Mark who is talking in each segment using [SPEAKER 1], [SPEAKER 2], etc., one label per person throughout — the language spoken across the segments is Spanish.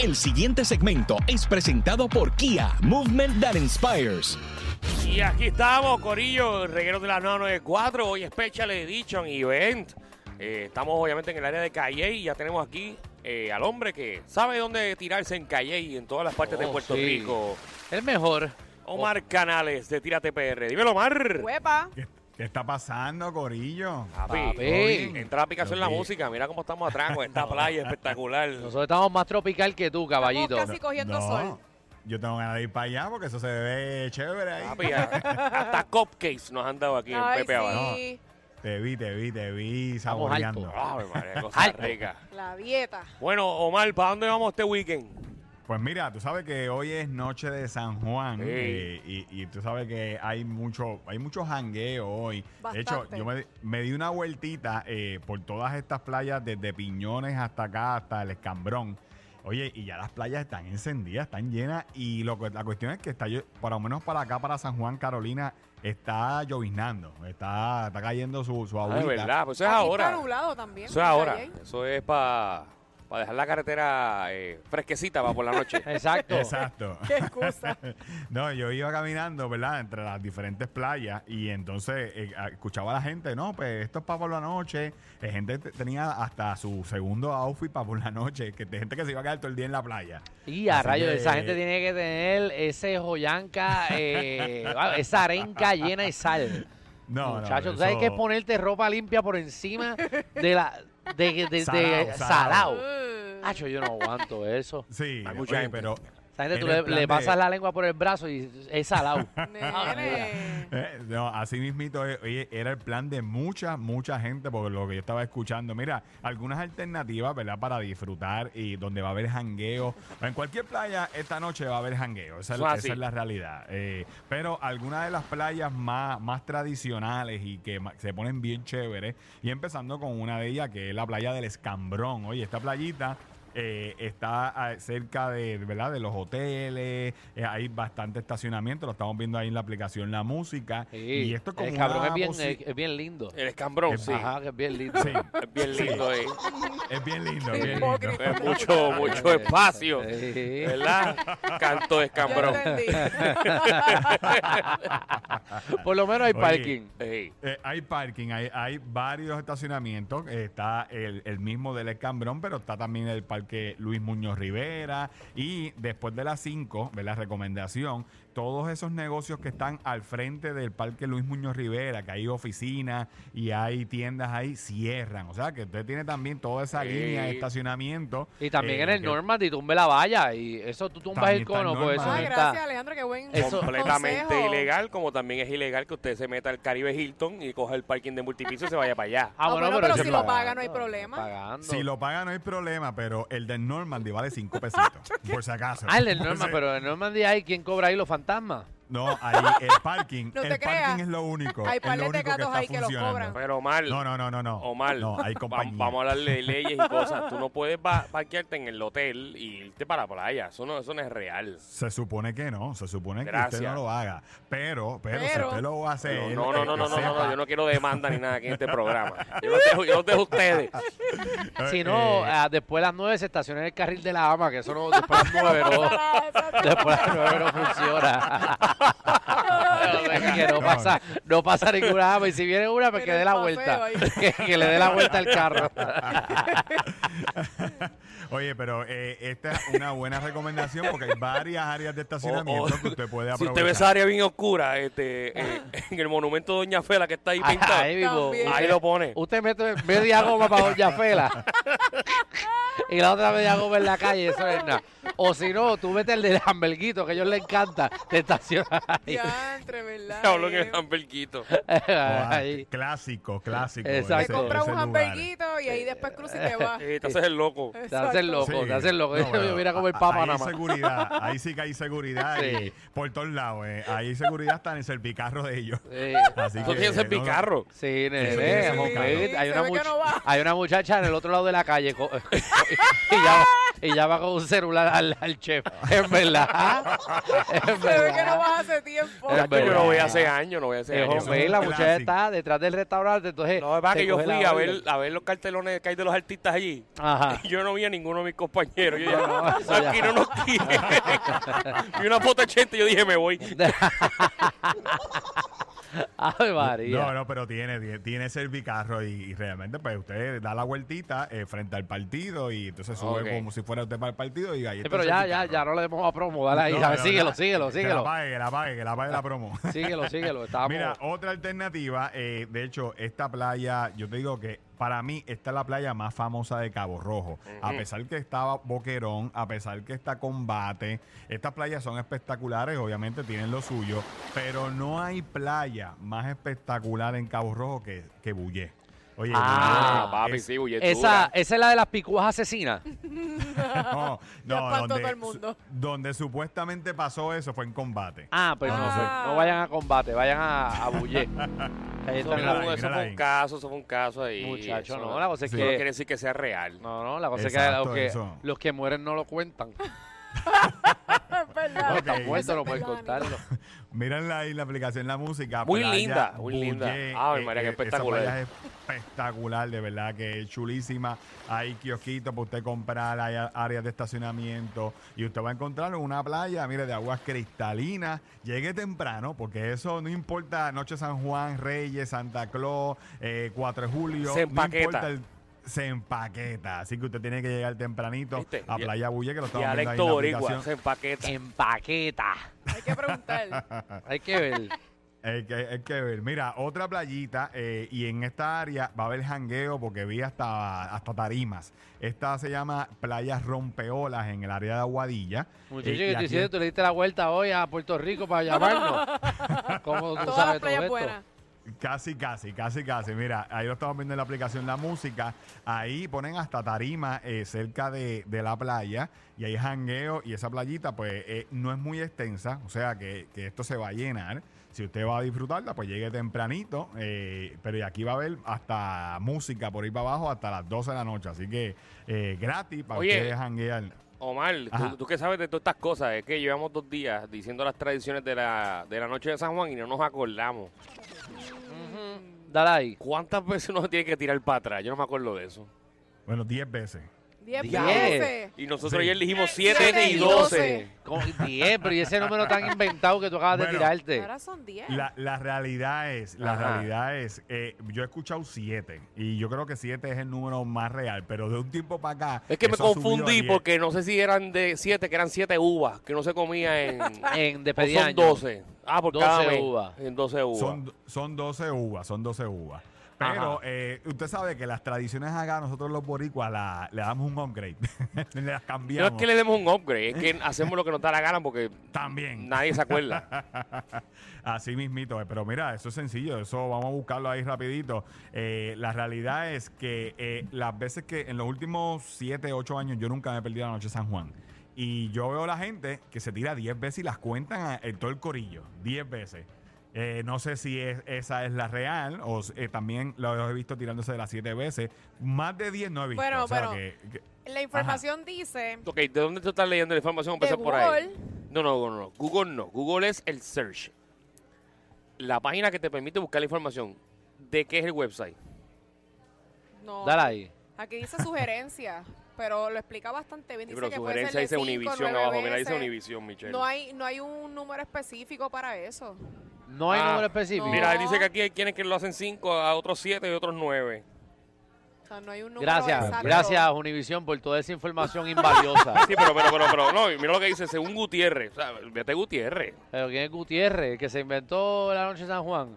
[SPEAKER 1] El siguiente segmento es presentado por Kia, Movement That Inspires.
[SPEAKER 2] Y aquí estamos, Corillo, el reguero de la 994, hoy Special Edition Event. Eh, estamos obviamente en el área de Calle y ya tenemos aquí eh, al hombre que sabe dónde tirarse en Calle y en todas las partes de
[SPEAKER 3] Oh,
[SPEAKER 2] Puerto
[SPEAKER 3] sí. Oh.
[SPEAKER 2] Rico.
[SPEAKER 3] El mejor.
[SPEAKER 2] Omar Canales de Tírate PR. Dímelo, Omar.
[SPEAKER 4] Huepa.
[SPEAKER 5] ¿Qué, qué está pasando, Corillo?
[SPEAKER 2] Papi,
[SPEAKER 3] Papi.
[SPEAKER 2] entra la aplicación la música, mira cómo estamos atrás con esta playa espectacular.
[SPEAKER 3] Nosotros estamos más tropical que tú, caballito.
[SPEAKER 4] Estamos casi cogiendo sol.
[SPEAKER 5] Yo tengo ganas de ir para allá porque eso se ve chévere ahí.
[SPEAKER 2] Papi, a- hasta cupcakes nos han dado aquí en
[SPEAKER 4] Ay,
[SPEAKER 2] Pepe Abad.
[SPEAKER 4] sí.
[SPEAKER 5] Te vi, te vi, te vi saboreando.
[SPEAKER 3] alto.
[SPEAKER 2] Ave María, cosa
[SPEAKER 3] Alto.
[SPEAKER 2] rica.
[SPEAKER 4] La dieta.
[SPEAKER 2] Bueno, Omar, ¿para dónde vamos este weekend?
[SPEAKER 5] Pues mira, tú sabes que hoy es noche de San Juan
[SPEAKER 2] Sí.
[SPEAKER 5] eh, y, y tú sabes que hay mucho, hay mucho jangueo hoy. De hecho,
[SPEAKER 4] Bastante.
[SPEAKER 5] yo me, me di una vueltita eh, por todas estas playas, desde Piñones hasta acá, hasta el Escambrón. Oye, y ya las playas están encendidas, están llenas y lo, que- la cuestión es que está, llo- por lo menos para acá, para San Juan, Carolina, está lloviznando, está, está cayendo su, su
[SPEAKER 2] Ah, de
[SPEAKER 5] agüita.
[SPEAKER 2] verdad, pues eso es
[SPEAKER 4] Aquí
[SPEAKER 2] ahora.
[SPEAKER 4] Está nublado también.
[SPEAKER 2] Eso es ahora.
[SPEAKER 4] Calle.
[SPEAKER 2] Eso es para dejar la carretera eh, fresquecita para por la noche.
[SPEAKER 3] Exacto.
[SPEAKER 5] Exacto.
[SPEAKER 4] Qué excusa.
[SPEAKER 5] No, yo iba caminando, ¿verdad? Entre las diferentes playas y entonces eh, a- escuchaba a la gente, no, pues esto es para por la noche. La gente te- tenía hasta su segundo outfit para por la noche, que de gente que se iba a quedar todo el día en la playa.
[SPEAKER 3] Y a
[SPEAKER 5] Así
[SPEAKER 3] rayos,
[SPEAKER 5] que-
[SPEAKER 3] esa gente tiene que tener ese joyanca, eh, ah, esa arenca llena de sal.
[SPEAKER 5] No,
[SPEAKER 3] Muchachos,
[SPEAKER 5] no,
[SPEAKER 3] tú sabes
[SPEAKER 5] eso-
[SPEAKER 3] que es ponerte ropa limpia por encima de la. de, de, de-
[SPEAKER 5] Salao,
[SPEAKER 3] de-
[SPEAKER 5] salao.
[SPEAKER 3] salao. Hacho, yo no aguanto eso.
[SPEAKER 5] Sí,
[SPEAKER 2] Hay mucha
[SPEAKER 5] oye,
[SPEAKER 2] gente.
[SPEAKER 5] pero...
[SPEAKER 3] Esa gente tú
[SPEAKER 5] Era
[SPEAKER 3] le,
[SPEAKER 5] el plan
[SPEAKER 3] le
[SPEAKER 5] de-
[SPEAKER 3] pasas la lengua por el brazo y es salado. Ah,
[SPEAKER 4] Nene.
[SPEAKER 5] Eh, no, así mismito, eh, oye, era el plan de mucha, mucha gente, por lo que yo estaba escuchando. Mira, algunas alternativas, ¿verdad? Para disfrutar y donde va a haber jangueo. En cualquier playa esta noche va a haber jangueo, esa, es-
[SPEAKER 2] Eso es
[SPEAKER 5] esa
[SPEAKER 2] así.
[SPEAKER 5] es la realidad. Eh, pero algunas de las playas más, más tradicionales y que ma- se ponen bien chéveres, y empezando con una de ellas que es la playa del Escambrón. Oye, esta playita... eh, está ah, cerca de, ¿verdad? de los hoteles, eh, hay bastante estacionamiento, lo estamos viendo ahí en la aplicación La Música,
[SPEAKER 3] Sí,
[SPEAKER 5] y esto es como
[SPEAKER 3] el cabrón
[SPEAKER 5] una
[SPEAKER 3] es bien,
[SPEAKER 5] posi-
[SPEAKER 3] es- es bien lindo.
[SPEAKER 2] El escambrón, Eh,
[SPEAKER 5] El
[SPEAKER 2] sí.
[SPEAKER 3] Ajá, que es bien eh. lindo.
[SPEAKER 5] Sí,
[SPEAKER 2] Es bien lindo ahí.
[SPEAKER 5] es bien lindo. es bien lindo.
[SPEAKER 4] Hipócrita.
[SPEAKER 2] Es mucho, mucho espacio.
[SPEAKER 3] Sí.
[SPEAKER 2] ¿Verdad? Canto
[SPEAKER 4] Yo
[SPEAKER 2] de escambrón.
[SPEAKER 4] entendí.
[SPEAKER 3] Por lo menos hay
[SPEAKER 5] Oye,
[SPEAKER 3] parking.
[SPEAKER 2] Ey.
[SPEAKER 5] Eh, hay parking, hay, hay varios estacionamientos. eh, Está el, el mismo del Escambrón, pero está también el parque Luis Muñoz Rivera. Y después de las 5, de la recomendación, todos esos negocios que están al frente del parque Luis Muñoz Rivera, que hay oficinas y hay tiendas ahí, cierran. O sea que usted tiene también toda esa
[SPEAKER 2] Sí.
[SPEAKER 5] línea de estacionamiento.
[SPEAKER 3] Y también
[SPEAKER 5] eh,
[SPEAKER 3] en el
[SPEAKER 5] que-
[SPEAKER 3] Normandy tumbe la valla y eso tú tumbas
[SPEAKER 5] También
[SPEAKER 3] el
[SPEAKER 5] está el
[SPEAKER 3] cono, pues eso no
[SPEAKER 4] Ay,
[SPEAKER 5] Normandy.
[SPEAKER 3] está.
[SPEAKER 4] Ah, gracias, Alejandro. Qué buen
[SPEAKER 3] Eso-
[SPEAKER 2] completamente
[SPEAKER 4] consejo.
[SPEAKER 2] ilegal, como también es ilegal que usted se meta al Caribe Hilton y coja el parking de multipiso y se vaya para allá.
[SPEAKER 4] Ah, bueno, pero
[SPEAKER 3] eso
[SPEAKER 5] si
[SPEAKER 3] está
[SPEAKER 5] lo
[SPEAKER 4] paga, no hay
[SPEAKER 3] pagando,
[SPEAKER 4] problema.
[SPEAKER 3] está pagando.
[SPEAKER 5] Si lo paga no hay problema, pero el del Normandy vale 5 pesitos, por si acaso.
[SPEAKER 3] Ah, el del
[SPEAKER 5] Entonces,
[SPEAKER 3] Normandy, pero en el Normandy hay quien cobra ahí los fantasmas.
[SPEAKER 5] No, ahí el parking,
[SPEAKER 4] No
[SPEAKER 5] el
[SPEAKER 4] te creas.
[SPEAKER 5] parking es lo único.
[SPEAKER 4] Hay
[SPEAKER 5] es lo
[SPEAKER 4] palet de
[SPEAKER 5] único
[SPEAKER 4] gatos
[SPEAKER 5] está
[SPEAKER 4] ahí que los
[SPEAKER 5] funcionando.
[SPEAKER 4] cobran.
[SPEAKER 2] Pero mal.
[SPEAKER 5] No, no, no, no, no.
[SPEAKER 2] O mal.
[SPEAKER 5] No, hay
[SPEAKER 2] Vam-
[SPEAKER 5] compañía.
[SPEAKER 2] Vamos a hablar de leyes y cosas. Tú no puedes pa- parquearte en el hotel y irte para la playa. Eso no, eso no es real.
[SPEAKER 5] Se supone que no, se supone que usted
[SPEAKER 2] Gracias.
[SPEAKER 5] no lo haga. Pero, pero, si
[SPEAKER 4] Pero-
[SPEAKER 5] usted lo va a hacer.
[SPEAKER 2] No, no, no, no,
[SPEAKER 5] eh, que
[SPEAKER 2] no, no, no,
[SPEAKER 5] sepa.
[SPEAKER 2] yo no quiero demanda ni nada aquí en este programa. Yo los dejo, yo los dejo a ustedes.
[SPEAKER 5] Eh,
[SPEAKER 3] Si no,
[SPEAKER 5] eh,
[SPEAKER 3] ah, después de las 9 se estaciona en el carril de la ama, que eso no, después de las 9 no,
[SPEAKER 4] Para eso-
[SPEAKER 3] después de las 9 no funciona. O sea, que no pasa, no pasa ninguna ama. Y si viene una, pues que
[SPEAKER 4] Pero
[SPEAKER 3] dé
[SPEAKER 4] el
[SPEAKER 3] la
[SPEAKER 4] paseo
[SPEAKER 3] vuelta.
[SPEAKER 4] ahí.
[SPEAKER 3] Que, que le dé la vuelta al carro.
[SPEAKER 5] Oye, pero eh, esta es una buena recomendación porque hay varias áreas de estacionamiento
[SPEAKER 2] O- o-
[SPEAKER 5] que usted puede
[SPEAKER 2] Oh, Si
[SPEAKER 5] aprovechar.
[SPEAKER 2] usted ve esa área bien oscura, este, eh, en el monumento de Doña Fela que está ahí pintado,
[SPEAKER 3] Ahí mismo.
[SPEAKER 4] También.
[SPEAKER 2] ahí lo pone.
[SPEAKER 3] Usted mete media goma para Doña Fela. Y la otra media goma en la calle, eso es nada. O si no, tú vete el de Hamburguito, que a ellos les encanta. Te estacionas ahí.
[SPEAKER 4] Ya, entre verdad.
[SPEAKER 2] Habló en
[SPEAKER 4] eh.
[SPEAKER 2] el hamburguito.
[SPEAKER 5] Ah,
[SPEAKER 3] ahí.
[SPEAKER 5] Clásico, clásico.
[SPEAKER 3] Exacto.
[SPEAKER 4] Te compras un
[SPEAKER 5] lugar.
[SPEAKER 4] hamburguito y ahí después cruzas y te vas.
[SPEAKER 2] Eh, te haces el loco.
[SPEAKER 3] Te hacen
[SPEAKER 4] Exacto.
[SPEAKER 3] loco, te hacen loco.
[SPEAKER 5] No,
[SPEAKER 3] Yo
[SPEAKER 5] pero
[SPEAKER 3] mira como el
[SPEAKER 5] a-
[SPEAKER 3] papa
[SPEAKER 5] ahí
[SPEAKER 3] nada
[SPEAKER 5] hay
[SPEAKER 3] más.
[SPEAKER 5] seguridad, ahí sí que hay seguridad y
[SPEAKER 3] Sí.
[SPEAKER 5] por todos lados. eh. Ahí hay seguridad hasta en el servicarro de ellos.
[SPEAKER 3] Sí.
[SPEAKER 5] Así
[SPEAKER 2] Tú tienes el
[SPEAKER 5] no, no.
[SPEAKER 2] picarro.
[SPEAKER 3] Sí,
[SPEAKER 5] tiene
[SPEAKER 3] nene,
[SPEAKER 5] que
[SPEAKER 3] Mofit.
[SPEAKER 4] picado.
[SPEAKER 5] ser
[SPEAKER 3] hay,
[SPEAKER 4] Se
[SPEAKER 3] una
[SPEAKER 4] ve que
[SPEAKER 3] much-
[SPEAKER 4] no va.
[SPEAKER 3] hay una muchacha en el otro lado de la calle co- y, ya va, y ya va con un celular al, al chef. Es verdad. Es
[SPEAKER 4] Se ve que no
[SPEAKER 3] verdad.
[SPEAKER 4] vas hace tiempo.
[SPEAKER 3] Es
[SPEAKER 2] Yo
[SPEAKER 3] verdad.
[SPEAKER 2] lo voy hace años, no voy hace
[SPEAKER 3] Es
[SPEAKER 2] años.
[SPEAKER 5] Eso
[SPEAKER 3] Eh, hombre,
[SPEAKER 5] es un
[SPEAKER 3] la muchacha
[SPEAKER 5] clásico.
[SPEAKER 3] está detrás del restaurante, entonces.
[SPEAKER 2] No, es verdad
[SPEAKER 3] te
[SPEAKER 2] que yo
[SPEAKER 3] coge la
[SPEAKER 2] fui a
[SPEAKER 3] orden.
[SPEAKER 2] ver, a ver los cartelones que hay de los artistas allí.
[SPEAKER 3] Ajá.
[SPEAKER 2] Y yo no vi a ninguno de mis compañeros. Yo dije,
[SPEAKER 3] no, eso ya.
[SPEAKER 2] aquí no nos quieren. vi una foto de gente y yo dije, me voy.
[SPEAKER 3] Ave María.
[SPEAKER 5] No, no, pero tiene, tiene, tiene servicarro y, y realmente pues usted da la vueltita eh, frente al partido y entonces sube
[SPEAKER 2] Ok.
[SPEAKER 5] como si fuera usted para el partido y ahí
[SPEAKER 3] Sí,
[SPEAKER 5] está
[SPEAKER 3] pero
[SPEAKER 5] el
[SPEAKER 3] ya, ya,
[SPEAKER 5] servicarro.
[SPEAKER 3] ya no le demos a promo. Dale ahí.
[SPEAKER 5] No,
[SPEAKER 3] a ver,
[SPEAKER 5] pero
[SPEAKER 3] síguelo,
[SPEAKER 5] ya,
[SPEAKER 3] síguelo,
[SPEAKER 5] Que
[SPEAKER 3] síguelo.
[SPEAKER 5] la pague, que la pague, que la pague la promo.
[SPEAKER 3] Síguelo, síguelo. Estábamos.
[SPEAKER 5] Mira, otra alternativa, eh, de hecho, esta playa, yo te digo que para mí esta es la playa más famosa de Cabo Rojo. A pesar que está Boquerón, a pesar que está Combate, estas playas son espectaculares, obviamente tienen lo suyo, pero no hay playa más espectacular en Cabo Rojo que, que Bullé. Oye,
[SPEAKER 3] Ah,
[SPEAKER 5] Bullé
[SPEAKER 2] papi,
[SPEAKER 5] es-
[SPEAKER 2] sí, bulletura.
[SPEAKER 3] esa, esa es la de las picuas asesinas.
[SPEAKER 5] No,
[SPEAKER 4] Ya
[SPEAKER 5] no,
[SPEAKER 4] espantó
[SPEAKER 5] donde,
[SPEAKER 4] todo el mundo.
[SPEAKER 5] su- donde supuestamente pasó eso fue en Combate.
[SPEAKER 3] Ah, pues no,
[SPEAKER 5] Ah.
[SPEAKER 3] pues, no vayan a combate, vayan a, a bullet. Ahí
[SPEAKER 2] Eso, fue
[SPEAKER 3] está
[SPEAKER 2] un-
[SPEAKER 3] la-
[SPEAKER 5] ahí,
[SPEAKER 2] eso
[SPEAKER 5] mírala
[SPEAKER 2] fue
[SPEAKER 5] ahí.
[SPEAKER 2] un caso, eso fue un caso ahí.
[SPEAKER 3] Muchacho,
[SPEAKER 2] Eso
[SPEAKER 3] no, la cosa es
[SPEAKER 2] eso
[SPEAKER 3] que-
[SPEAKER 2] no quiere decir que sea real.
[SPEAKER 3] No, no, la cosa
[SPEAKER 5] Exacto,
[SPEAKER 3] es que los,
[SPEAKER 5] eso.
[SPEAKER 3] que los que mueren no lo cuentan.
[SPEAKER 4] Es verdad.
[SPEAKER 3] No, están
[SPEAKER 5] Ok.
[SPEAKER 3] muertos,
[SPEAKER 4] Eso
[SPEAKER 3] no
[SPEAKER 4] es
[SPEAKER 3] pueden
[SPEAKER 4] verdad,
[SPEAKER 3] contarlo.
[SPEAKER 5] Mírenla ahí, la aplicación, la música.
[SPEAKER 2] Muy linda, muy linda. Ay, María,
[SPEAKER 5] eh,
[SPEAKER 2] qué
[SPEAKER 5] eh, esa
[SPEAKER 2] espectacular.
[SPEAKER 5] playa es espectacular, de verdad, que es chulísima. Hay kiosquitos para usted comprar, hay a- áreas de estacionamiento. Y usted va a encontrar una playa, mire, de aguas cristalinas. Llegue temprano, porque eso no importa Noche San Juan, Reyes, Santa Claus, eh, 4 de julio.
[SPEAKER 2] Se empaqueta.
[SPEAKER 5] No importa el- se empaqueta. Así que usted tiene que llegar tempranito
[SPEAKER 2] ¿Viste?
[SPEAKER 5] a
[SPEAKER 2] Di-
[SPEAKER 5] Playa Bulle, que lo estamos viendo ahí
[SPEAKER 2] Dialecto
[SPEAKER 5] en la
[SPEAKER 2] boricua,
[SPEAKER 5] aplicación.
[SPEAKER 2] se empaqueta.
[SPEAKER 3] Empaqueta.
[SPEAKER 4] Hay que preguntar.
[SPEAKER 5] Ah.
[SPEAKER 3] Hay que ver.
[SPEAKER 5] Hay que, hay que ver. Mira, otra playita eh, y en esta área va a haber jangueo porque vi hasta, hasta tarimas. Esta se llama Playa Rompeolas en el área de Aguadilla.
[SPEAKER 3] Muchacho, que
[SPEAKER 5] Eh, y
[SPEAKER 3] estoy
[SPEAKER 5] aquí-
[SPEAKER 3] diciendo, tú le diste la vuelta hoy a Puerto Rico para llamarnos. ¿Cómo tú
[SPEAKER 4] Todas las
[SPEAKER 3] sabes todo
[SPEAKER 4] playas
[SPEAKER 3] esto?
[SPEAKER 4] buenas.
[SPEAKER 5] Casi, casi, casi, casi. Mira, ahí lo estamos viendo en la aplicación La Música. Ahí ponen hasta tarima eh, cerca de, de la playa y ahí jangueo y esa playita pues eh, no es muy extensa, o sea que, que esto se va a llenar. Si usted va a disfrutarla, pues llegue tempranito, eh, pero y aquí va a haber hasta música por ahí para abajo hasta las 12 de la noche, así que eh, gratis para
[SPEAKER 2] Oye.
[SPEAKER 5] ustedes janguear.
[SPEAKER 2] Omar,
[SPEAKER 5] Ajá.
[SPEAKER 2] tú, tú que sabes de todas estas cosas, es que llevamos dos días diciendo las tradiciones de la, de la noche de San Juan y no nos acordamos.
[SPEAKER 3] Dale ahí.
[SPEAKER 2] ¿Cuántas veces uno tiene que tirar para atrás? Yo no me acuerdo de eso.
[SPEAKER 5] Bueno, 10 veces.
[SPEAKER 4] Diez
[SPEAKER 3] Diez.
[SPEAKER 4] veces.
[SPEAKER 2] Y nosotros
[SPEAKER 5] Sí.
[SPEAKER 2] ayer dijimos
[SPEAKER 4] Eh, Siete
[SPEAKER 2] 7 y
[SPEAKER 4] y
[SPEAKER 2] 12.
[SPEAKER 4] doce.
[SPEAKER 3] Como 10, pero y ese número tan inventado que tú acabas de
[SPEAKER 5] Bueno.
[SPEAKER 3] tirarte.
[SPEAKER 4] Ahora son diez.
[SPEAKER 5] La, la realidad es, la
[SPEAKER 2] Ajá.
[SPEAKER 5] realidad es, eh, yo he escuchado siete y yo creo que siete es el número más real, pero de un tiempo para acá.
[SPEAKER 2] Es que me
[SPEAKER 5] eso ha subido a
[SPEAKER 2] confundí
[SPEAKER 5] diez.
[SPEAKER 2] porque no sé si eran de 7, que eran 7 uvas, que no se comía en...
[SPEAKER 3] En
[SPEAKER 2] o
[SPEAKER 3] despedida. de
[SPEAKER 2] Pues son
[SPEAKER 3] año.
[SPEAKER 2] 12. Ah, por
[SPEAKER 3] 12
[SPEAKER 2] cada mes.
[SPEAKER 3] uvas.
[SPEAKER 2] En 12 uvas.
[SPEAKER 5] Son, son 12 uvas, son 12 uvas. Pero
[SPEAKER 3] Ajá.
[SPEAKER 5] eh, usted sabe que las tradiciones acá, nosotros los boricuas, la- le damos un upgrade, le las
[SPEAKER 2] no
[SPEAKER 5] cambiamos.
[SPEAKER 2] es que le demos un upgrade, es que hacemos lo que nos da la gana porque
[SPEAKER 5] También.
[SPEAKER 2] nadie se acuerda.
[SPEAKER 5] Así mismito, eh, pero mira, eso es sencillo, eso vamos a buscarlo ahí rapidito. Eh, la realidad es que eh, las veces que en los últimos 7, 8 años yo nunca me he perdido la noche de San Juan. Y yo veo a la gente que se tira 10 veces y las cuentan a- en todo el corillo, 10 veces. Eh, no sé si es- esa es la real o s- eh, también los he visto tirándose de las 7 veces. Más de 10 no he visto.
[SPEAKER 4] Bueno,
[SPEAKER 5] o sea
[SPEAKER 4] bueno.
[SPEAKER 5] que- que-
[SPEAKER 4] La información dice.
[SPEAKER 2] ok, ¿de dónde tú estás leyendo la información? Vamos a
[SPEAKER 4] De
[SPEAKER 2] empezar por ahí.
[SPEAKER 4] Google.
[SPEAKER 2] No, no, no, no. Google no. Google es el search. La página que te permite buscar la información. ¿De qué es el website?
[SPEAKER 4] No.
[SPEAKER 3] Dale ahí.
[SPEAKER 4] Aquí dice sugerencias. pero lo explica bastante bien. Dice
[SPEAKER 2] Sí, pero
[SPEAKER 4] que
[SPEAKER 2] su
[SPEAKER 4] puede
[SPEAKER 2] gerencia
[SPEAKER 4] ser de
[SPEAKER 2] dice
[SPEAKER 4] cinco,
[SPEAKER 2] Univision
[SPEAKER 4] nueve
[SPEAKER 2] abajo. Mira, dice
[SPEAKER 4] veces.
[SPEAKER 2] Univision, Michelle.
[SPEAKER 4] No hay, no hay un número específico para eso.
[SPEAKER 3] No hay
[SPEAKER 2] Ah,
[SPEAKER 3] número específico.
[SPEAKER 4] no.
[SPEAKER 2] Mira, él dice que aquí hay quienes que lo hacen 5, a otros 7 y otros 9.
[SPEAKER 4] O sea, no hay un número
[SPEAKER 3] Gracias,
[SPEAKER 4] exacto.
[SPEAKER 3] gracias Univision por toda esa información invaliosa.
[SPEAKER 2] Sí, pero, pero, pero, pero, no, y mira lo que dice, según Gutiérrez. O sea, vete Gutiérrez.
[SPEAKER 3] Pero ¿quién es Gutiérrez? el Que se inventó la noche de San Juan.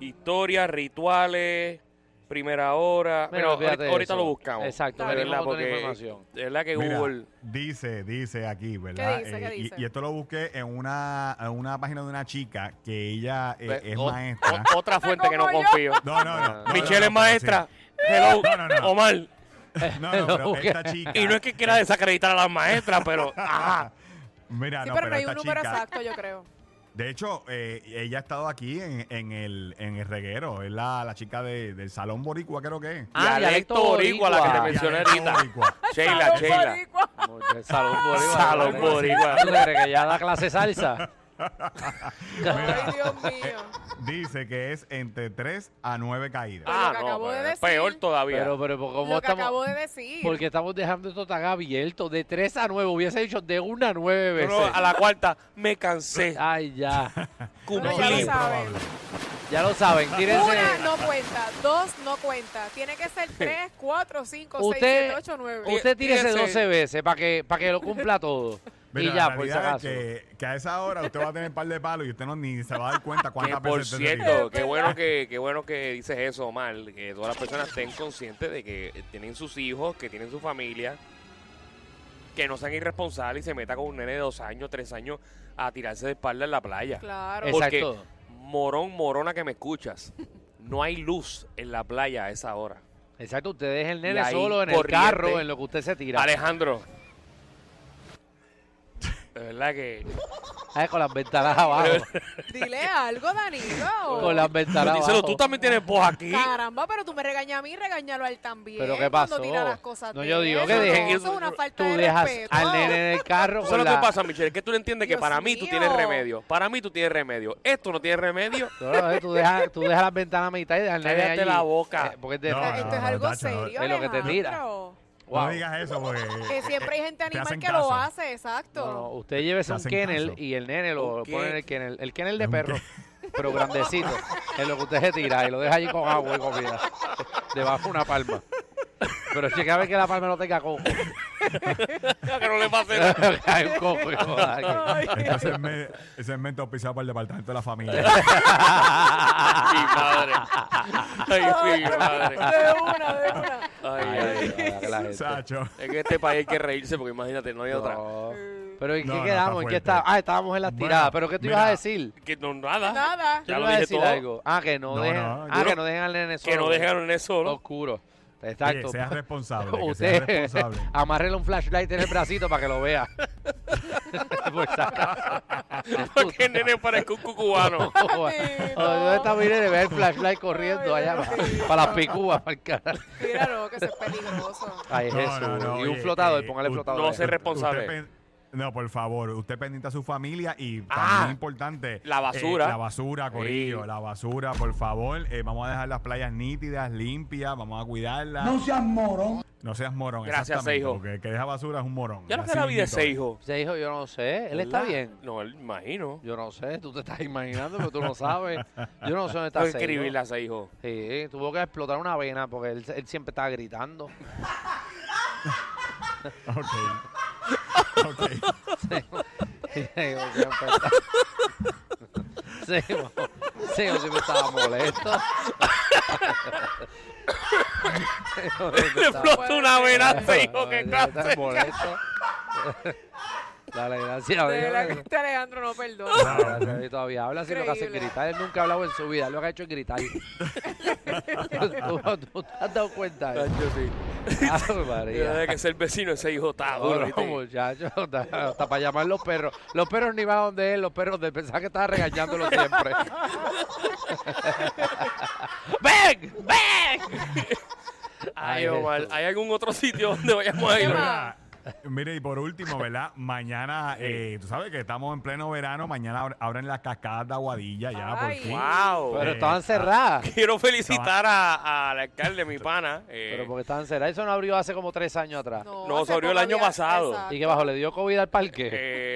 [SPEAKER 2] Historias, rituales, primera hora.
[SPEAKER 3] Mira,
[SPEAKER 2] Pero
[SPEAKER 3] olvídate
[SPEAKER 2] ahorita,
[SPEAKER 3] de
[SPEAKER 2] ahorita
[SPEAKER 3] eso.
[SPEAKER 2] lo buscamos.
[SPEAKER 3] Exacto,
[SPEAKER 2] de
[SPEAKER 3] venimos
[SPEAKER 2] verdad,
[SPEAKER 3] con toda la
[SPEAKER 2] porque
[SPEAKER 3] información.
[SPEAKER 2] de verdad que
[SPEAKER 5] Mira,
[SPEAKER 2] Google...
[SPEAKER 5] dice, dice aquí, ¿verdad? Eh,
[SPEAKER 4] dice? ¿Qué
[SPEAKER 5] y-
[SPEAKER 4] dice?
[SPEAKER 5] Y, esto lo busqué en una, en una página de una chica que ella eh,
[SPEAKER 2] Ve,
[SPEAKER 5] es
[SPEAKER 2] o-
[SPEAKER 5] maestra.
[SPEAKER 2] o- otra fuente que no
[SPEAKER 4] Como yo.
[SPEAKER 2] confío.
[SPEAKER 5] No, no, no. no,
[SPEAKER 2] Michelle es
[SPEAKER 5] no, no,
[SPEAKER 2] maestra. Hello,
[SPEAKER 5] No, no, no.
[SPEAKER 2] Omar.
[SPEAKER 5] pero sí. No, no, pero esta chica.
[SPEAKER 2] Y no es que quiera desacreditar a las maestras, pero...
[SPEAKER 5] Ah.
[SPEAKER 2] Ajá.
[SPEAKER 5] Mira,
[SPEAKER 4] Sí,
[SPEAKER 5] no,
[SPEAKER 4] pero no hay
[SPEAKER 5] esta
[SPEAKER 4] un número
[SPEAKER 5] chica-
[SPEAKER 4] exacto, yo creo.
[SPEAKER 5] De hecho, eh, ella ha estado aquí en, en el, en el reguero. Es la, la chica de- del Salón Boricua, creo que es.
[SPEAKER 3] Ah,
[SPEAKER 2] Dialecto
[SPEAKER 3] dialecto
[SPEAKER 2] boricua, la que te
[SPEAKER 3] boricua.
[SPEAKER 2] mencioné
[SPEAKER 5] Dialecto
[SPEAKER 2] ahorita.
[SPEAKER 5] boricua.
[SPEAKER 2] Sheila,
[SPEAKER 4] Salón
[SPEAKER 2] Sheila.
[SPEAKER 4] boricua.
[SPEAKER 3] Salón Boricua.
[SPEAKER 2] Salón boricua.
[SPEAKER 3] ¿Tú te crees que ya da clase salsa?
[SPEAKER 4] Ay, Dios mío.
[SPEAKER 5] Dice que es entre 3 a 9 caídas.
[SPEAKER 4] Ah, lo que acabo de
[SPEAKER 2] pero
[SPEAKER 4] decir.
[SPEAKER 2] es peor todavía.
[SPEAKER 3] Pero, pero, ¿cómo
[SPEAKER 4] Lo que
[SPEAKER 3] estamos?
[SPEAKER 4] acabo de decir.
[SPEAKER 3] Porque estamos dejando esto tan abierto. De 3 a 9, hubiese dicho de 1 a 9
[SPEAKER 2] Pero
[SPEAKER 3] veces.
[SPEAKER 2] a la cuarta, me cansé.
[SPEAKER 3] Ay, ya.
[SPEAKER 4] Bueno, ya
[SPEAKER 2] Cumplí.
[SPEAKER 4] lo saben.
[SPEAKER 3] Ya lo saben, tírense.
[SPEAKER 4] Una no cuenta, dos no cuenta. Tiene que ser tres, cuatro, cinco, seis,
[SPEAKER 3] Usted-
[SPEAKER 4] siete, ocho, nueve.
[SPEAKER 3] Usted tírese
[SPEAKER 2] Tírense.
[SPEAKER 3] 12 veces para que, para que lo cumpla todo.
[SPEAKER 5] Mira,
[SPEAKER 3] y
[SPEAKER 5] la
[SPEAKER 3] ya, por si
[SPEAKER 5] realidad
[SPEAKER 3] acaso.
[SPEAKER 5] es que, que a esa hora usted va a tener un par de palos y usted no, ni se va a dar cuenta
[SPEAKER 2] Que
[SPEAKER 5] cuántas
[SPEAKER 2] por
[SPEAKER 5] veces usted se
[SPEAKER 2] cierto,
[SPEAKER 5] tiró.
[SPEAKER 2] qué bueno que, qué bueno que dices eso, Omar, que todas las personas estén conscientes de que tienen sus hijos, que tienen su familia, que no sean irresponsables y se meta con un nene de dos años, tres años a tirarse de espalda en la playa.
[SPEAKER 4] Claro.
[SPEAKER 3] Es-
[SPEAKER 2] Porque,
[SPEAKER 3] Exacto.
[SPEAKER 2] morón, morona que me escuchas, no hay luz en la playa a esa hora.
[SPEAKER 3] Exacto, usted deja el
[SPEAKER 2] Y
[SPEAKER 3] nene
[SPEAKER 2] ahí,
[SPEAKER 3] solo en el
[SPEAKER 2] corriente.
[SPEAKER 3] carro, en lo que usted se tira.
[SPEAKER 2] Alejandro. De verdad que...
[SPEAKER 3] Ay, Ah, con las ventanas abajo.
[SPEAKER 4] Dile algo, Danilo.
[SPEAKER 3] con las ventanas abajo.
[SPEAKER 2] Díselo, tú también tienes voz aquí.
[SPEAKER 4] Caramba, pero tú me regañas a mí, regañalo a él también.
[SPEAKER 3] ¿Pero qué pasó?
[SPEAKER 4] Cuando tira las cosas
[SPEAKER 3] No,
[SPEAKER 4] de
[SPEAKER 3] yo digo
[SPEAKER 4] él.
[SPEAKER 3] que
[SPEAKER 4] Eso
[SPEAKER 3] dejen-
[SPEAKER 4] no, eso es una falta
[SPEAKER 3] Tú
[SPEAKER 4] de
[SPEAKER 3] dejas
[SPEAKER 4] respeto.
[SPEAKER 3] al nene en el carro
[SPEAKER 2] Eso
[SPEAKER 3] con
[SPEAKER 2] es lo que
[SPEAKER 3] la...
[SPEAKER 2] pasa, Michelle, que tú le entiendes que
[SPEAKER 4] Dios
[SPEAKER 2] para mí tú
[SPEAKER 4] mío.
[SPEAKER 2] tienes remedio. Para mí tú tienes remedio. Esto no tiene remedio.
[SPEAKER 3] No, no, eh, tú dejas tú dejas las ventanas a mitad y dejas al nene
[SPEAKER 2] Cállate
[SPEAKER 3] allí.
[SPEAKER 2] la boca.
[SPEAKER 3] Eh, porque es de...
[SPEAKER 5] No,
[SPEAKER 4] O sea, Esto es
[SPEAKER 5] no,
[SPEAKER 4] algo
[SPEAKER 5] tacho, no.
[SPEAKER 4] serio,
[SPEAKER 3] Es lo que te tira.
[SPEAKER 4] Alejandro.
[SPEAKER 3] Wow.
[SPEAKER 5] No digas eso porque...
[SPEAKER 4] Que siempre hay gente
[SPEAKER 5] te
[SPEAKER 4] animal
[SPEAKER 5] hacen
[SPEAKER 4] que lo
[SPEAKER 5] caso.
[SPEAKER 4] hace, exacto.
[SPEAKER 3] No, no, usted llévese
[SPEAKER 5] Te
[SPEAKER 3] un
[SPEAKER 5] hacen
[SPEAKER 3] kennel
[SPEAKER 5] caso.
[SPEAKER 3] y el nene lo
[SPEAKER 2] ¿Un
[SPEAKER 3] lo pone en
[SPEAKER 2] qué?
[SPEAKER 3] el kennel. El kennel de
[SPEAKER 5] ¿Un
[SPEAKER 3] perro, pero grandecito. Es lo que usted se tira y lo deja allí con agua y comida. Debajo de una palma. Pero checa a ver que la palma no tenga coco.
[SPEAKER 2] que no le pase nada.
[SPEAKER 3] Hay un coco que joda aquí.
[SPEAKER 5] Este segme- el segmento auspiciado por el Departamento de la Familia.
[SPEAKER 2] Mi madre. Ay, mi madre.
[SPEAKER 4] De una, de una.
[SPEAKER 2] Ay,
[SPEAKER 3] Ay,
[SPEAKER 2] ay.
[SPEAKER 3] de verdad que la gente.
[SPEAKER 5] Sacho.
[SPEAKER 2] Es que en este país hay que reírse porque imagínate, no hay otra.
[SPEAKER 3] No.
[SPEAKER 2] Mm.
[SPEAKER 3] Pero ¿en
[SPEAKER 5] No,
[SPEAKER 3] qué
[SPEAKER 5] no, está
[SPEAKER 3] quedamos? ¿En qué
[SPEAKER 5] fuerte.
[SPEAKER 3] está? Ah, estábamos en las
[SPEAKER 5] Bueno,
[SPEAKER 3] tiradas. ¿Pero qué tú ibas a
[SPEAKER 5] mira,
[SPEAKER 3] decir?
[SPEAKER 2] Que no, nada.
[SPEAKER 4] Nada.
[SPEAKER 2] Ya
[SPEAKER 3] Yo
[SPEAKER 2] lo
[SPEAKER 3] iba a
[SPEAKER 2] dije
[SPEAKER 3] decir
[SPEAKER 2] todo.
[SPEAKER 3] algo. Ah, que no,
[SPEAKER 5] No,
[SPEAKER 3] dejen,
[SPEAKER 5] no,
[SPEAKER 3] ah,
[SPEAKER 5] yo-
[SPEAKER 3] que no dejen al nene solo.
[SPEAKER 2] Que no dejaron en solo.
[SPEAKER 3] oscuro.
[SPEAKER 5] Oye,
[SPEAKER 3] Exacto.
[SPEAKER 5] sea responsable. que sea
[SPEAKER 3] Usted
[SPEAKER 5] responsable.
[SPEAKER 3] amárrele un flashlight en el bracito para que lo vea. Por si acaso.
[SPEAKER 2] Porque el nene parece un cucubano.
[SPEAKER 3] Oye, ¿Dónde está mi nene? Ve el flashlight corriendo allá para, para las picúas, para el carajo.
[SPEAKER 4] Mira, no, que eso es peligroso.
[SPEAKER 3] Ay,
[SPEAKER 5] No,
[SPEAKER 3] Jesús.
[SPEAKER 5] no, no,
[SPEAKER 3] y un
[SPEAKER 5] oye,
[SPEAKER 3] flotador,
[SPEAKER 5] eh,
[SPEAKER 3] póngale
[SPEAKER 5] u-
[SPEAKER 3] flotador.
[SPEAKER 2] No se
[SPEAKER 3] ahí.
[SPEAKER 2] responsable.
[SPEAKER 5] Usted pen- no, por favor, usted pendiente a su familia y
[SPEAKER 2] Ah,
[SPEAKER 5] también importante.
[SPEAKER 2] la basura.
[SPEAKER 5] eh, la basura, Corillo,
[SPEAKER 2] Sí.
[SPEAKER 5] la basura, por favor. eh, vamos a dejar las playas nítidas, limpias, vamos a cuidarlas. No,
[SPEAKER 6] No seas morón.
[SPEAKER 5] seas morón.
[SPEAKER 2] Gracias,
[SPEAKER 5] exactamente,
[SPEAKER 2] Seijo.
[SPEAKER 5] Porque el que deja basura es un morón.
[SPEAKER 2] Ya lo que
[SPEAKER 5] Así
[SPEAKER 2] la vida es
[SPEAKER 5] mismito.
[SPEAKER 2] seis hijos.
[SPEAKER 3] Se dijo, yo no sé. Él está bien.
[SPEAKER 2] No, imagino.
[SPEAKER 3] Yo no sé, tú te estás imaginando, pero tú no sabes. Yo no sé dónde está
[SPEAKER 2] Tengo que
[SPEAKER 3] Sergio.
[SPEAKER 2] escribirle a seis hijos.
[SPEAKER 3] Sí, tuvo que explotar una vena porque él, él siempre estaba gritando.
[SPEAKER 5] Ok. Ok.
[SPEAKER 3] Sí, yo siempre estaba- Sí, yo- sí, yo siempre estaba molesto. Sí, yo siempre
[SPEAKER 2] Le
[SPEAKER 3] estaba-
[SPEAKER 2] explotó una vena a seis hijos.
[SPEAKER 3] Yo
[SPEAKER 2] Que
[SPEAKER 3] siempre estaba
[SPEAKER 2] clase.
[SPEAKER 3] molesto. Dale, gracias a
[SPEAKER 4] De verdad que
[SPEAKER 3] Dios.
[SPEAKER 4] este Alejandro no perdona.
[SPEAKER 3] Gracias a Dios, todavía habla así lo que hace es
[SPEAKER 4] Increíble.
[SPEAKER 3] gritar. Él nunca ha hablado en su vida, él lo que ha hecho es gritar. ¿Tú, tú te has dado cuenta? de eso?
[SPEAKER 2] Yo sí.
[SPEAKER 3] Ave María.
[SPEAKER 2] Tiene que ser vecino ese hijo está
[SPEAKER 3] No,
[SPEAKER 2] duro.
[SPEAKER 3] no,
[SPEAKER 2] ¿viste?
[SPEAKER 3] muchacho, hasta, hasta para llamar los perros. Los perros ni van donde él, los perros de pensar que estaba regañándolo siempre. ¡Ven! ¡Ven!
[SPEAKER 2] Ay,
[SPEAKER 3] Ay,
[SPEAKER 2] Omar,
[SPEAKER 3] Jesús.
[SPEAKER 2] ¿hay algún otro sitio donde vayamos a ir?
[SPEAKER 4] más?
[SPEAKER 5] Mira, Mire, y por último, ¿verdad? Mañana, eh, tú sabes que estamos en pleno verano, mañana abr- abren las cascadas de Aguadilla ya, por
[SPEAKER 4] Ay.
[SPEAKER 5] fin.
[SPEAKER 2] ¡Wow!
[SPEAKER 3] Pero
[SPEAKER 5] Eh,
[SPEAKER 3] estaban cerradas.
[SPEAKER 2] Quiero felicitar a- al alcalde, mi pana. eh,
[SPEAKER 3] Pero porque estaban cerradas. Eso no abrió hace como tres años atrás.
[SPEAKER 2] No,
[SPEAKER 4] hace
[SPEAKER 2] se abrió el
[SPEAKER 4] poco
[SPEAKER 2] año
[SPEAKER 4] había-
[SPEAKER 2] pasado.
[SPEAKER 4] Exacto.
[SPEAKER 3] ¿Y qué bajo? ¿Le dio COVID al parque?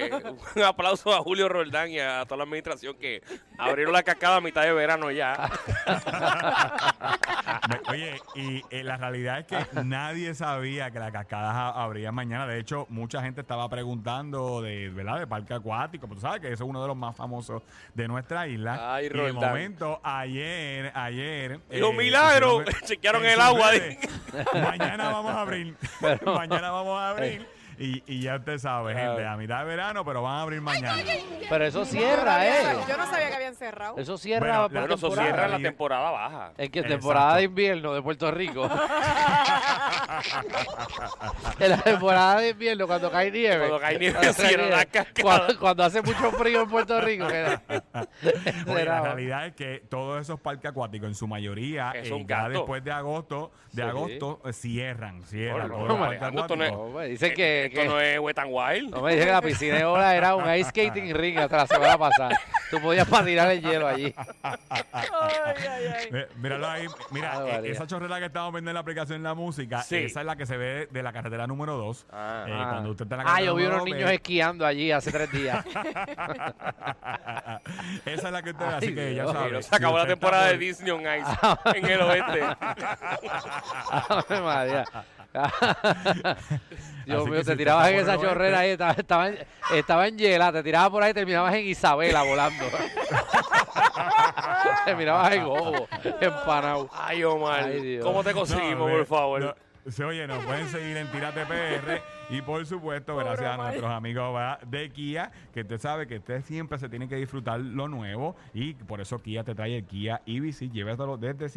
[SPEAKER 2] eh, un aplauso a Julio Roldán y a toda la administración que abrieron la cascada a mitad de verano ya.
[SPEAKER 5] Me- Oye, y eh, la realidad es que nadie sabía que las cascadas a- abrían mañana. De hecho, mucha gente estaba preguntando de, ¿verdad? De parque acuático, pero tú sabes que ese es uno de los más famosos de nuestra isla.
[SPEAKER 2] Ay,
[SPEAKER 5] y de
[SPEAKER 2] Roldán.
[SPEAKER 5] momento, ayer, ayer... eh,
[SPEAKER 2] Y un milagro,
[SPEAKER 5] pusieron-
[SPEAKER 2] chequearon
[SPEAKER 5] en
[SPEAKER 2] el
[SPEAKER 5] sus
[SPEAKER 2] agua de-
[SPEAKER 5] redes, Mañana vamos a abrir. mañana vamos a abrir. Y, y ya usted sabe,
[SPEAKER 2] Ah.
[SPEAKER 5] gente, a mitad de verano, pero van a abrir mañana.
[SPEAKER 3] Pero eso
[SPEAKER 4] Yo no
[SPEAKER 3] cierra,
[SPEAKER 4] había-
[SPEAKER 3] ¿eh?
[SPEAKER 4] Yo no sabía que habían cerrado.
[SPEAKER 3] Eso cierra
[SPEAKER 5] Bueno,
[SPEAKER 3] por
[SPEAKER 2] Bueno, eso
[SPEAKER 3] temporada.
[SPEAKER 2] cierra en la temporada baja.
[SPEAKER 3] Es que
[SPEAKER 5] Exacto.
[SPEAKER 3] temporada de invierno de Puerto Rico. en la temporada de invierno, cuando cae nieve.
[SPEAKER 2] Cuando cae nieve,
[SPEAKER 3] cae
[SPEAKER 2] cierran
[SPEAKER 3] nieve,
[SPEAKER 2] la cascada.
[SPEAKER 3] cuando, cuando hace mucho frío en Puerto Rico. que-
[SPEAKER 5] Oye, la
[SPEAKER 3] cerraba.
[SPEAKER 5] realidad es que todos esos parques acuáticos, en su mayoría,
[SPEAKER 2] Es
[SPEAKER 5] eh,
[SPEAKER 2] un
[SPEAKER 5] ya
[SPEAKER 2] gasto.
[SPEAKER 5] después de agosto, de
[SPEAKER 3] Sí.
[SPEAKER 5] agosto eh, cierran,
[SPEAKER 2] Por
[SPEAKER 5] cierran.
[SPEAKER 2] lo
[SPEAKER 5] todos los
[SPEAKER 2] menos,
[SPEAKER 5] parques
[SPEAKER 2] Alejandro, esto no es- eh,
[SPEAKER 5] acuáticos.
[SPEAKER 3] No, me dicen que,
[SPEAKER 2] Esto
[SPEAKER 3] que-
[SPEAKER 2] no es Wet n Wild.
[SPEAKER 3] no me dicen que la piscina de ahora era un ice skating ring hasta la semana pasada. Tú podías patinar el hielo allí.
[SPEAKER 4] Ay, ay, ay.
[SPEAKER 5] Eh, Míralo ahí, mira,
[SPEAKER 3] Ave
[SPEAKER 5] eh,
[SPEAKER 3] Ah, María.
[SPEAKER 5] esa chorrera que estamos viendo en la aplicación La Música,
[SPEAKER 2] Sí.
[SPEAKER 5] esa es la que se ve de la carretera número 2.
[SPEAKER 2] Ah.
[SPEAKER 3] Ah.
[SPEAKER 5] cuando usted está en la
[SPEAKER 3] Ah,
[SPEAKER 5] carretera
[SPEAKER 3] yo vi
[SPEAKER 5] número
[SPEAKER 3] unos
[SPEAKER 5] dos,
[SPEAKER 3] niños
[SPEAKER 5] ve-
[SPEAKER 3] esquiando allí hace tres días.
[SPEAKER 5] Esa es la que usted ve, así
[SPEAKER 3] Ay,
[SPEAKER 5] que ya
[SPEAKER 3] Dios.
[SPEAKER 5] sabe.
[SPEAKER 2] Pero se
[SPEAKER 5] si
[SPEAKER 2] acabó la
[SPEAKER 5] usted está
[SPEAKER 2] temporada de
[SPEAKER 5] por-
[SPEAKER 2] Disney on Ice en el oeste.
[SPEAKER 3] Ave María. Dios
[SPEAKER 5] Así
[SPEAKER 3] mío,
[SPEAKER 5] que
[SPEAKER 3] te
[SPEAKER 5] si
[SPEAKER 3] tirabas
[SPEAKER 5] usted
[SPEAKER 3] en
[SPEAKER 5] está
[SPEAKER 3] esa
[SPEAKER 5] por el
[SPEAKER 3] chorrera ahí, estaba, estaba, en- estaba en hiela, te tirabas por ahí, terminabas en Isabela volando. terminabas en Gobo, en Panau.
[SPEAKER 2] Ay, Omar,
[SPEAKER 3] Ay, Dios.
[SPEAKER 2] ¿cómo te
[SPEAKER 5] No,
[SPEAKER 2] conseguimos,
[SPEAKER 5] ve,
[SPEAKER 2] por favor?
[SPEAKER 5] no, se oye, nos pueden seguir en Tírate PR y por supuesto, gracias a nuestros amigos ¿verdad? de Kia, que usted sabe que usted siempre se tiene que disfrutar lo nuevo y por eso Kia te trae el Kia EBC, llévatelo desde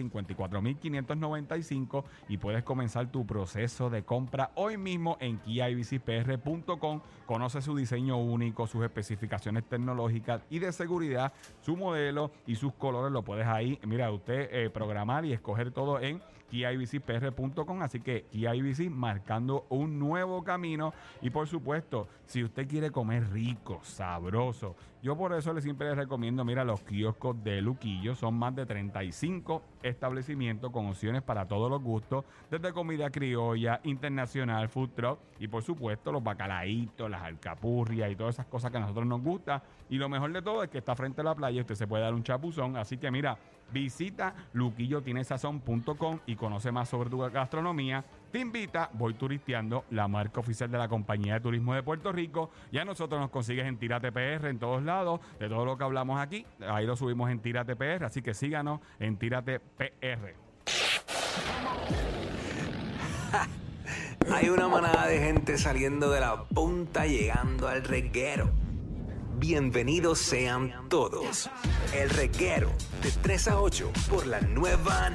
[SPEAKER 5] 54.595 y puedes comenzar tu proceso de compra hoy mismo en kiaibcpr.com. Conoce su diseño único, sus especificaciones tecnológicas y de seguridad, su modelo y sus colores lo puedes ahí, mira, usted eh, programar y escoger todo en KIBCPR.com. Así que KIBC marcando un nuevo camino. Y por supuesto, si usted quiere comer rico, sabroso, yo por eso le siempre les recomiendo, mira, los kioscos de Luquillo. Son más de 35 establecimientos con opciones para todos los gustos, desde comida criolla, internacional, food truck y por supuesto los bacalaitos, las alcapurrias y todas esas cosas que a nosotros nos gusta. Y lo mejor de todo es que está frente a la playa, usted se puede dar un chapuzón. Así que mira, Visita luquillotinesazón.com y conoce más sobre tu gastronomía. Te invita Voy Turisteando, la marca oficial de la Compañía de Turismo de Puerto Rico. Ya nosotros nos consigues en Tírate PR en todos lados. De todo lo que hablamos aquí, ahí lo subimos en Tírate PR. Así que síganos en Tírate PR.
[SPEAKER 6] Hay una manada de gente saliendo de la punta llegando al reguero. Bienvenidos sean todos. El reguero de 3 a 8 por la nueva